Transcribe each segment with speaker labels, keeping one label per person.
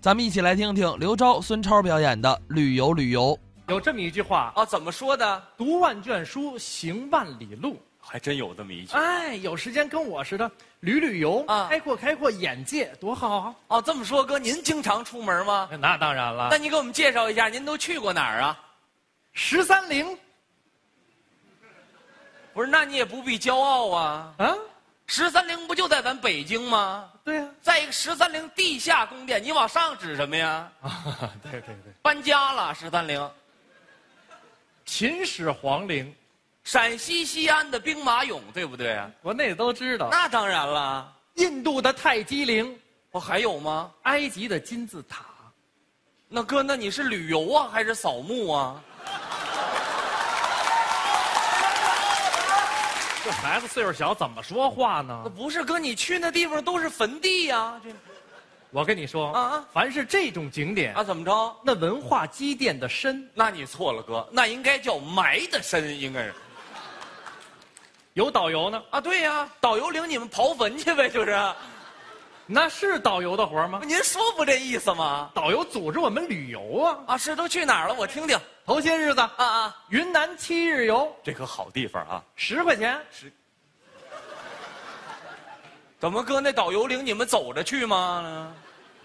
Speaker 1: 咱们一起来听听刘钊、孙超表演的《旅游旅游》。
Speaker 2: 有这么一句话：
Speaker 3: 哦，怎么说的？
Speaker 2: 读万卷书，行万里路。
Speaker 3: 还真有这么一句。
Speaker 2: 哎，有时间跟我似的旅旅游，
Speaker 3: 啊
Speaker 2: 开阔开阔眼界，多好啊！
Speaker 3: 哦，这么说，哥，您经常出门吗？
Speaker 2: 那当然了
Speaker 3: 那，您给我们介绍一下，您都去过哪儿啊？
Speaker 2: 十三陵
Speaker 3: 不是，那你也不必骄傲啊。
Speaker 2: 啊，
Speaker 3: 十三陵不就在咱北京吗？
Speaker 2: 对啊呀、
Speaker 3: 在一个十三陵地下宫殿，你往上指什么呀？
Speaker 2: 啊， 对对对，
Speaker 3: 搬家了，十三陵，
Speaker 2: 秦始皇陵，
Speaker 3: 陕西西安的兵马俑，对不对？
Speaker 2: 国内都知道，
Speaker 3: 那当然了。
Speaker 2: 印度的泰姬陵，
Speaker 3: 哦，还有吗？
Speaker 2: 埃及的金字塔，
Speaker 3: 那哥，那你是旅游啊，还是扫墓啊？
Speaker 2: 这孩子岁数小，怎么说话
Speaker 3: 那
Speaker 2: 呢？
Speaker 3: 不是，哥，你去那地方都是坟地呀、这
Speaker 2: 我跟你说
Speaker 3: 啊啊
Speaker 2: 凡是这种景点，
Speaker 3: 啊，怎么着？
Speaker 2: 那文化积淀的深，
Speaker 3: 那你错了，哥，那应该叫埋的深，应该是
Speaker 2: 有导游呢，
Speaker 3: 啊，对呀、导游领你们刨坟去呗，就是，
Speaker 2: 那是导游的活儿吗？
Speaker 3: 您说不这意思吗？
Speaker 2: 导游组织我们旅游啊，
Speaker 3: 啊，是都去哪儿了？我听听啊
Speaker 2: 头些日子
Speaker 3: 啊，
Speaker 2: 云南七日游，
Speaker 3: 这可好地方啊！
Speaker 2: 十块钱，
Speaker 3: 怎么哥，那导游领你们走着去吗？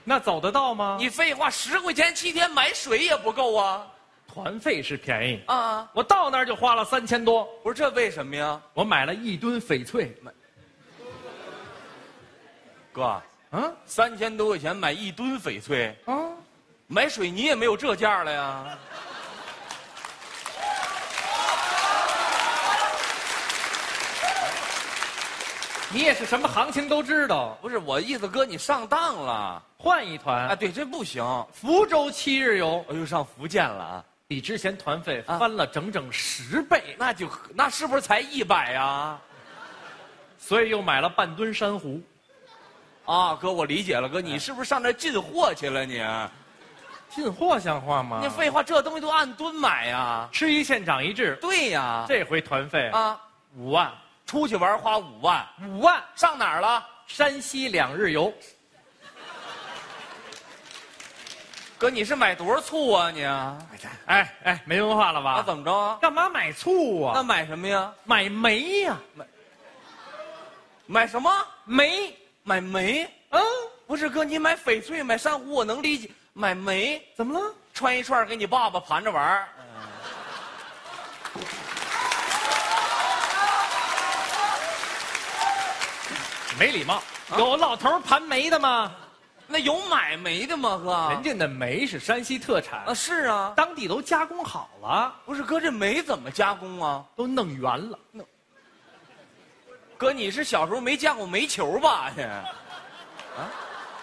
Speaker 2: 那走得到吗？
Speaker 3: 你废话，十块钱七天买水也不够啊！
Speaker 2: 团费是便宜，
Speaker 3: 啊，
Speaker 2: 我到那儿就花了三千多，
Speaker 3: 不是这为什么呀，
Speaker 2: 我买了一吨翡翠，
Speaker 3: 哥？
Speaker 2: 啊
Speaker 3: 三千多块钱买一吨翡翠，
Speaker 2: 啊，
Speaker 3: 买水泥也没有这价了呀！
Speaker 2: 你也是什么行情都知道，
Speaker 3: 不是我意思，哥，你上当了
Speaker 2: 换一团
Speaker 3: 啊！，对，这不行，
Speaker 2: 福州七日游
Speaker 3: 我又上福建了啊！
Speaker 2: 比之前团费
Speaker 3: 啊
Speaker 2: 翻了整整十倍，
Speaker 3: 那就那是不是才一百啊呀？
Speaker 2: 所以又买了半吨珊瑚，
Speaker 3: 啊，哥，我理解了，哥，你是不是上那儿进货去了你？
Speaker 2: 进货像话吗
Speaker 3: 你？废话，这东西都按吨买呀？
Speaker 2: 吃一堑长一智，
Speaker 3: 对呀，
Speaker 2: 这回团费
Speaker 3: 啊，
Speaker 2: 五万，
Speaker 3: 出去玩花五万，
Speaker 2: 五万，
Speaker 3: 上哪儿了？
Speaker 2: 山西两日游。
Speaker 3: 哥，你是买多少醋啊你？啊，
Speaker 2: 哎哎，没文化了吧？
Speaker 3: 怎么着啊？
Speaker 2: 干嘛买醋
Speaker 3: 那
Speaker 2: 啊？
Speaker 3: 买什么呀？
Speaker 2: 买煤呀、
Speaker 3: 买什么？
Speaker 2: 煤。
Speaker 3: 买煤。
Speaker 2: 嗯，
Speaker 3: 不是哥，你买翡翠、买珊瑚，我能理解。买煤，
Speaker 2: 怎么了？
Speaker 3: 穿一串给你爸爸盘着玩儿。
Speaker 2: 没礼貌。有老头盘煤的吗？
Speaker 3: 那有买煤的吗，哥？
Speaker 2: 啊人家那煤是山西特
Speaker 3: 啊，
Speaker 2: 产，
Speaker 3: 是啊。
Speaker 2: 当地都加工好了，
Speaker 3: 不是哥，这煤怎么加工啊？
Speaker 2: 都弄圆了。
Speaker 3: 哥，你是小时候没见过煤球吧？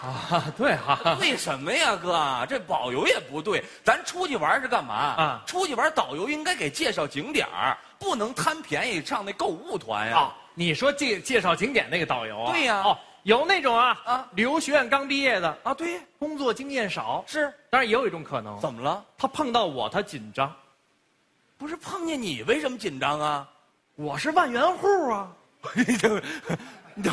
Speaker 2: 啊，对哈、
Speaker 3: 为什么呀，哥？这导游也不对，咱出去玩是干嘛？
Speaker 2: 啊
Speaker 3: 出去玩导游应该给介绍景点儿，不能贪便宜上那购物团呀。
Speaker 2: 哦，你说介介绍景点那个导游啊？
Speaker 3: 对呀
Speaker 2: 哦，有那种啊
Speaker 3: 啊
Speaker 2: 啊，旅游学院刚毕业的，
Speaker 3: 啊，对，
Speaker 2: 工作经验少。
Speaker 3: 是
Speaker 2: 当然也有一种可能，
Speaker 3: 怎么了？
Speaker 2: 他碰到我他紧张，
Speaker 3: 不是碰见你为什么紧张啊？
Speaker 2: 我是万元户啊，
Speaker 3: 你等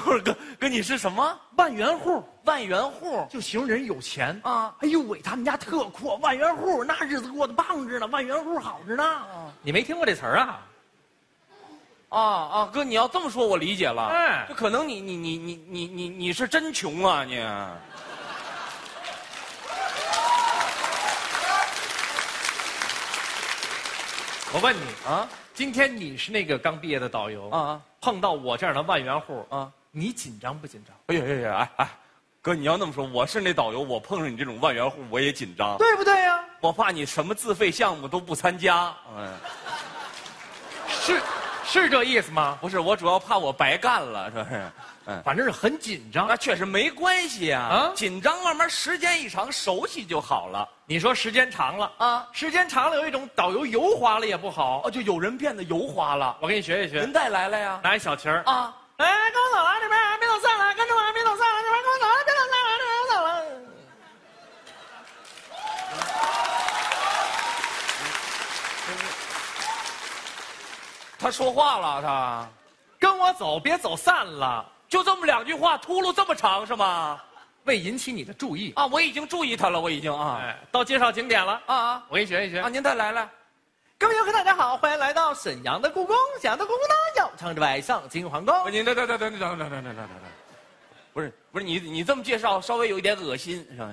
Speaker 3: 会儿哥，哥你是什么？
Speaker 2: 万元户。
Speaker 3: 万元户
Speaker 2: 就形容人有钱
Speaker 3: 啊！
Speaker 2: 哎呦喂，他们家特阔，万元户，那日子过得棒着呢，万元户好着呢。你没听过这词儿啊？
Speaker 3: 啊啊，哥，你要这么说，我理解了。
Speaker 2: 哎
Speaker 3: 这可能你你你你你你你是真穷啊你！
Speaker 2: 我问你，
Speaker 3: 啊
Speaker 2: 今天你是那个刚毕业的导游
Speaker 3: 啊，啊
Speaker 2: 碰到我这样的万元户，
Speaker 3: 啊！
Speaker 2: 你紧张不紧张？
Speaker 3: 哎呀哎呀哎哎，哥，你要那么说，我是那导游，我碰上你这种万元户，我也紧张。
Speaker 2: 对不对呀、
Speaker 3: 我怕你什么自费项目都不参加。嗯，
Speaker 2: 是，是这意思吗？
Speaker 3: 不是，我主要怕我白干了，这是。嗯，
Speaker 2: 反正是很紧张
Speaker 3: 那。确实没关系啊。
Speaker 2: 啊
Speaker 3: 紧张慢慢时间一长，熟悉就好了。
Speaker 2: 你说时间长了，
Speaker 3: 啊，
Speaker 2: 时间长了有一种导游油滑了也不好。
Speaker 3: 哦，就有人变得油滑了。
Speaker 2: 我给你学一学
Speaker 3: 人，带来了呀。
Speaker 2: 拿一小旗儿，
Speaker 3: 啊，
Speaker 2: 哎，跟我走了，这边别走散了，跟着我，别走散了，这边跟我走了，别走散了，这边跟我走了。
Speaker 3: 他说话了，他
Speaker 2: 跟我走，别走散了。
Speaker 3: 就这么两句话，秃噜这么长是吗？
Speaker 4: 为引起你的注意。
Speaker 3: 啊，我已经注意他了，我已经啊
Speaker 4: 哎，到介绍景点了，
Speaker 3: 啊啊
Speaker 4: 我给你学一学
Speaker 3: 啊！。您再来来，
Speaker 4: 各位游客，大家好，欢迎来到沈阳的故宫。沈阳的故宫呢，要唱着百上京皇宫。
Speaker 3: 不是您等等等等等等等等等等，不是不是你你这么介绍稍微有一点恶心，是吧？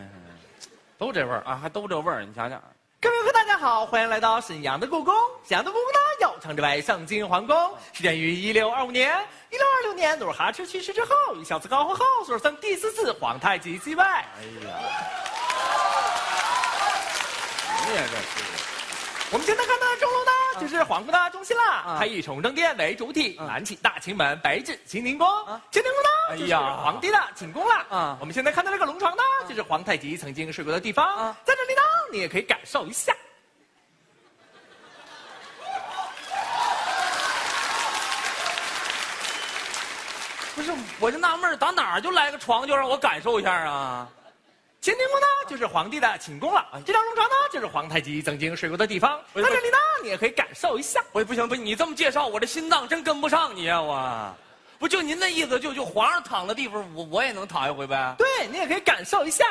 Speaker 4: 都这味儿。
Speaker 3: 啊，还都这味儿，你想想，
Speaker 4: 各位游客，大家好，欢迎来到沈阳的故宫。沈阳的故宫呢，要唱着百上京皇宫，始建于一六二五年。一六二六年，努尔哈赤去世之后，以小子高皇后所生第四次皇太极继位。
Speaker 3: 你也这是
Speaker 4: 我们现在看到的钟楼呢，就是皇宫的中心啦
Speaker 3: 啊。
Speaker 4: 它以崇政殿为主体，
Speaker 3: 啊
Speaker 4: 南起大秦门，北至乾宁宫。乾宁宫
Speaker 3: 哎
Speaker 4: 呢，就是
Speaker 3: 呀
Speaker 4: 皇帝的寝宫啦。
Speaker 3: 啊
Speaker 4: 我们现在看到这个龙床呢，就是皇太极曾经睡过的地方
Speaker 3: 啊。
Speaker 4: 在这里呢，你也可以感受一下。
Speaker 3: 不是？我就纳闷儿，打哪儿就来个床，就让我感受一下啊！
Speaker 4: 乾宁宫呢，就是皇帝的寝宫了。这张龙床呢，就是皇太极曾经睡过的地方。
Speaker 3: 不
Speaker 4: 在
Speaker 3: 是
Speaker 4: 这里呢，你也可以感受一下。
Speaker 3: 我也不行，不是你这么介绍，我这心脏真跟不上你啊！我，不就您那意思，就就皇上躺的地方，我我也能躺一回呗？
Speaker 4: 对你也可以感受一下。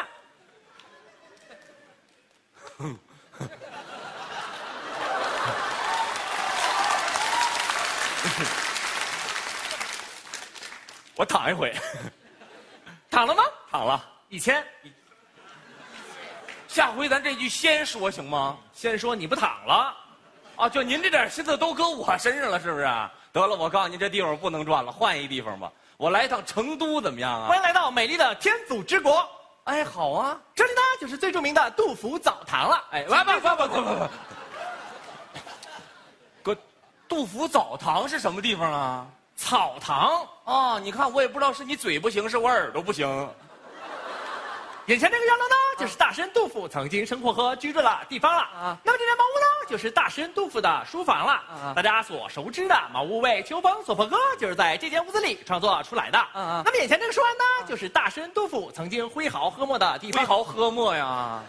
Speaker 3: 我躺一回，
Speaker 4: 躺了吗？
Speaker 3: 躺了。
Speaker 4: 以前
Speaker 3: 下回咱这句先说行吗？
Speaker 4: 先说你不躺了，
Speaker 3: 啊，就您这点心思都搁我身上了，是不是？啊得了，我告诉您，这地方不能转了，换一地方吧。我来一趟成都，怎么样
Speaker 4: 欢
Speaker 3: 啊？
Speaker 4: 迎来到美丽的天府之国。
Speaker 3: 哎，好啊。
Speaker 4: 这里呢，就是最著名的杜甫澡堂了。
Speaker 3: 哎，来吧，吧吧吧吧吧。 哥，杜甫澡堂是什么地方啊？
Speaker 4: 草堂，
Speaker 3: 啊，你看我也不知道是你嘴不行，是我耳朵不行。
Speaker 4: 眼前这个洋楼呢，就是大师杜甫曾经生活和居住的地方了。
Speaker 3: 啊
Speaker 4: 啊，那么这间茅屋呢，就是大师杜甫的书房了。
Speaker 3: 啊
Speaker 4: 大家所熟知的茅屋为秋风所破歌，就是在这间屋子里创作出来的。
Speaker 3: 啊
Speaker 4: 那么眼前这个书案呢，就是大师杜甫曾经挥毫喝墨的地
Speaker 3: 挥
Speaker 4: 方。
Speaker 3: 毫喝墨呀，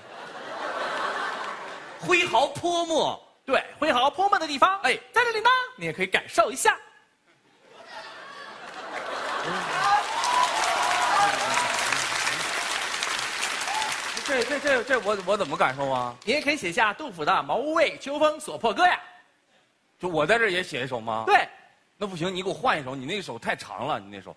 Speaker 3: 挥毫泼墨。
Speaker 4: 对，挥毫泼墨的地方。
Speaker 3: 哎
Speaker 4: 哎，在这里呢，你也可以感受一下。
Speaker 3: 这这这这我我怎么感受啊？
Speaker 4: 你也可以写下杜甫的《茅屋为秋风所破歌》呀。
Speaker 3: 就我在这儿也写一首吗？
Speaker 4: 对，
Speaker 3: 那不行，你给我换一首，你那首太长了，你那首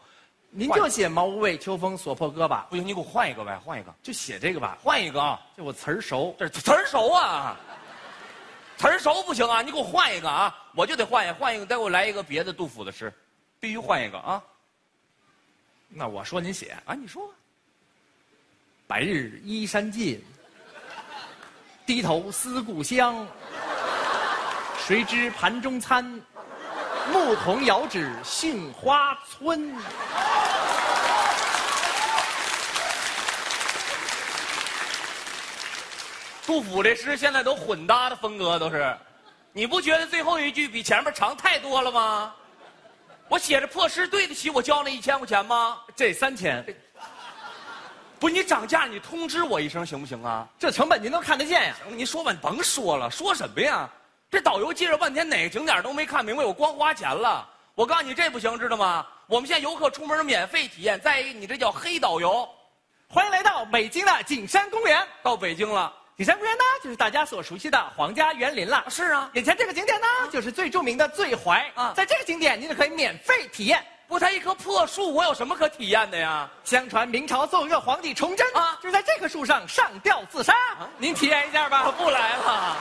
Speaker 4: 您
Speaker 3: 换
Speaker 4: 就写《茅屋为秋风所破歌》吧，
Speaker 3: 不行，你给我换一个呗，换一个，
Speaker 4: 就写这个吧。
Speaker 3: 换一个啊！
Speaker 4: 这我词儿熟。
Speaker 3: 这词儿熟啊，词儿熟不行啊，你给我换一个啊，我就得换一个，换一个，再给我来一个别的杜甫的诗，必须换一个啊！
Speaker 4: 那我说您写。
Speaker 3: 啊，你说吧，
Speaker 4: 白日依山尽，低头思故乡。谁知盘中餐，牧童遥指杏花村。
Speaker 3: 杜甫这诗现在都混搭的风格都是，你不觉得最后一句比前面长太多了吗？我写着破诗对得起我交那一千块钱吗？
Speaker 4: 这三千，
Speaker 3: 不是你涨价，你通知我一声行不行啊？
Speaker 4: 这成本您都看得见呀？
Speaker 3: 您说吧，你甭说了，说什么呀？这导游介绍半天，哪个景点都没看明白，我光花钱了。我告诉你，这不行，知道吗？我们现在游客出门免费体验，再一个你这叫黑导游。
Speaker 4: 欢迎来到北京的景山公园。
Speaker 3: 到北京了，
Speaker 4: 景山公园呢，就是大家所熟悉的皇家园林了。
Speaker 3: 是啊，
Speaker 4: 眼前这个景点呢，就是最著名的醉怀
Speaker 3: 啊
Speaker 4: 在这个景点，您就可以免费体验。
Speaker 3: 不，它一棵破树，我有什么可体验的呀？
Speaker 4: 相传明朝奏乐皇帝崇祯
Speaker 3: 啊
Speaker 4: 啊，就是在这棵树上上吊自杀。您体验一下吧。
Speaker 3: 不来了，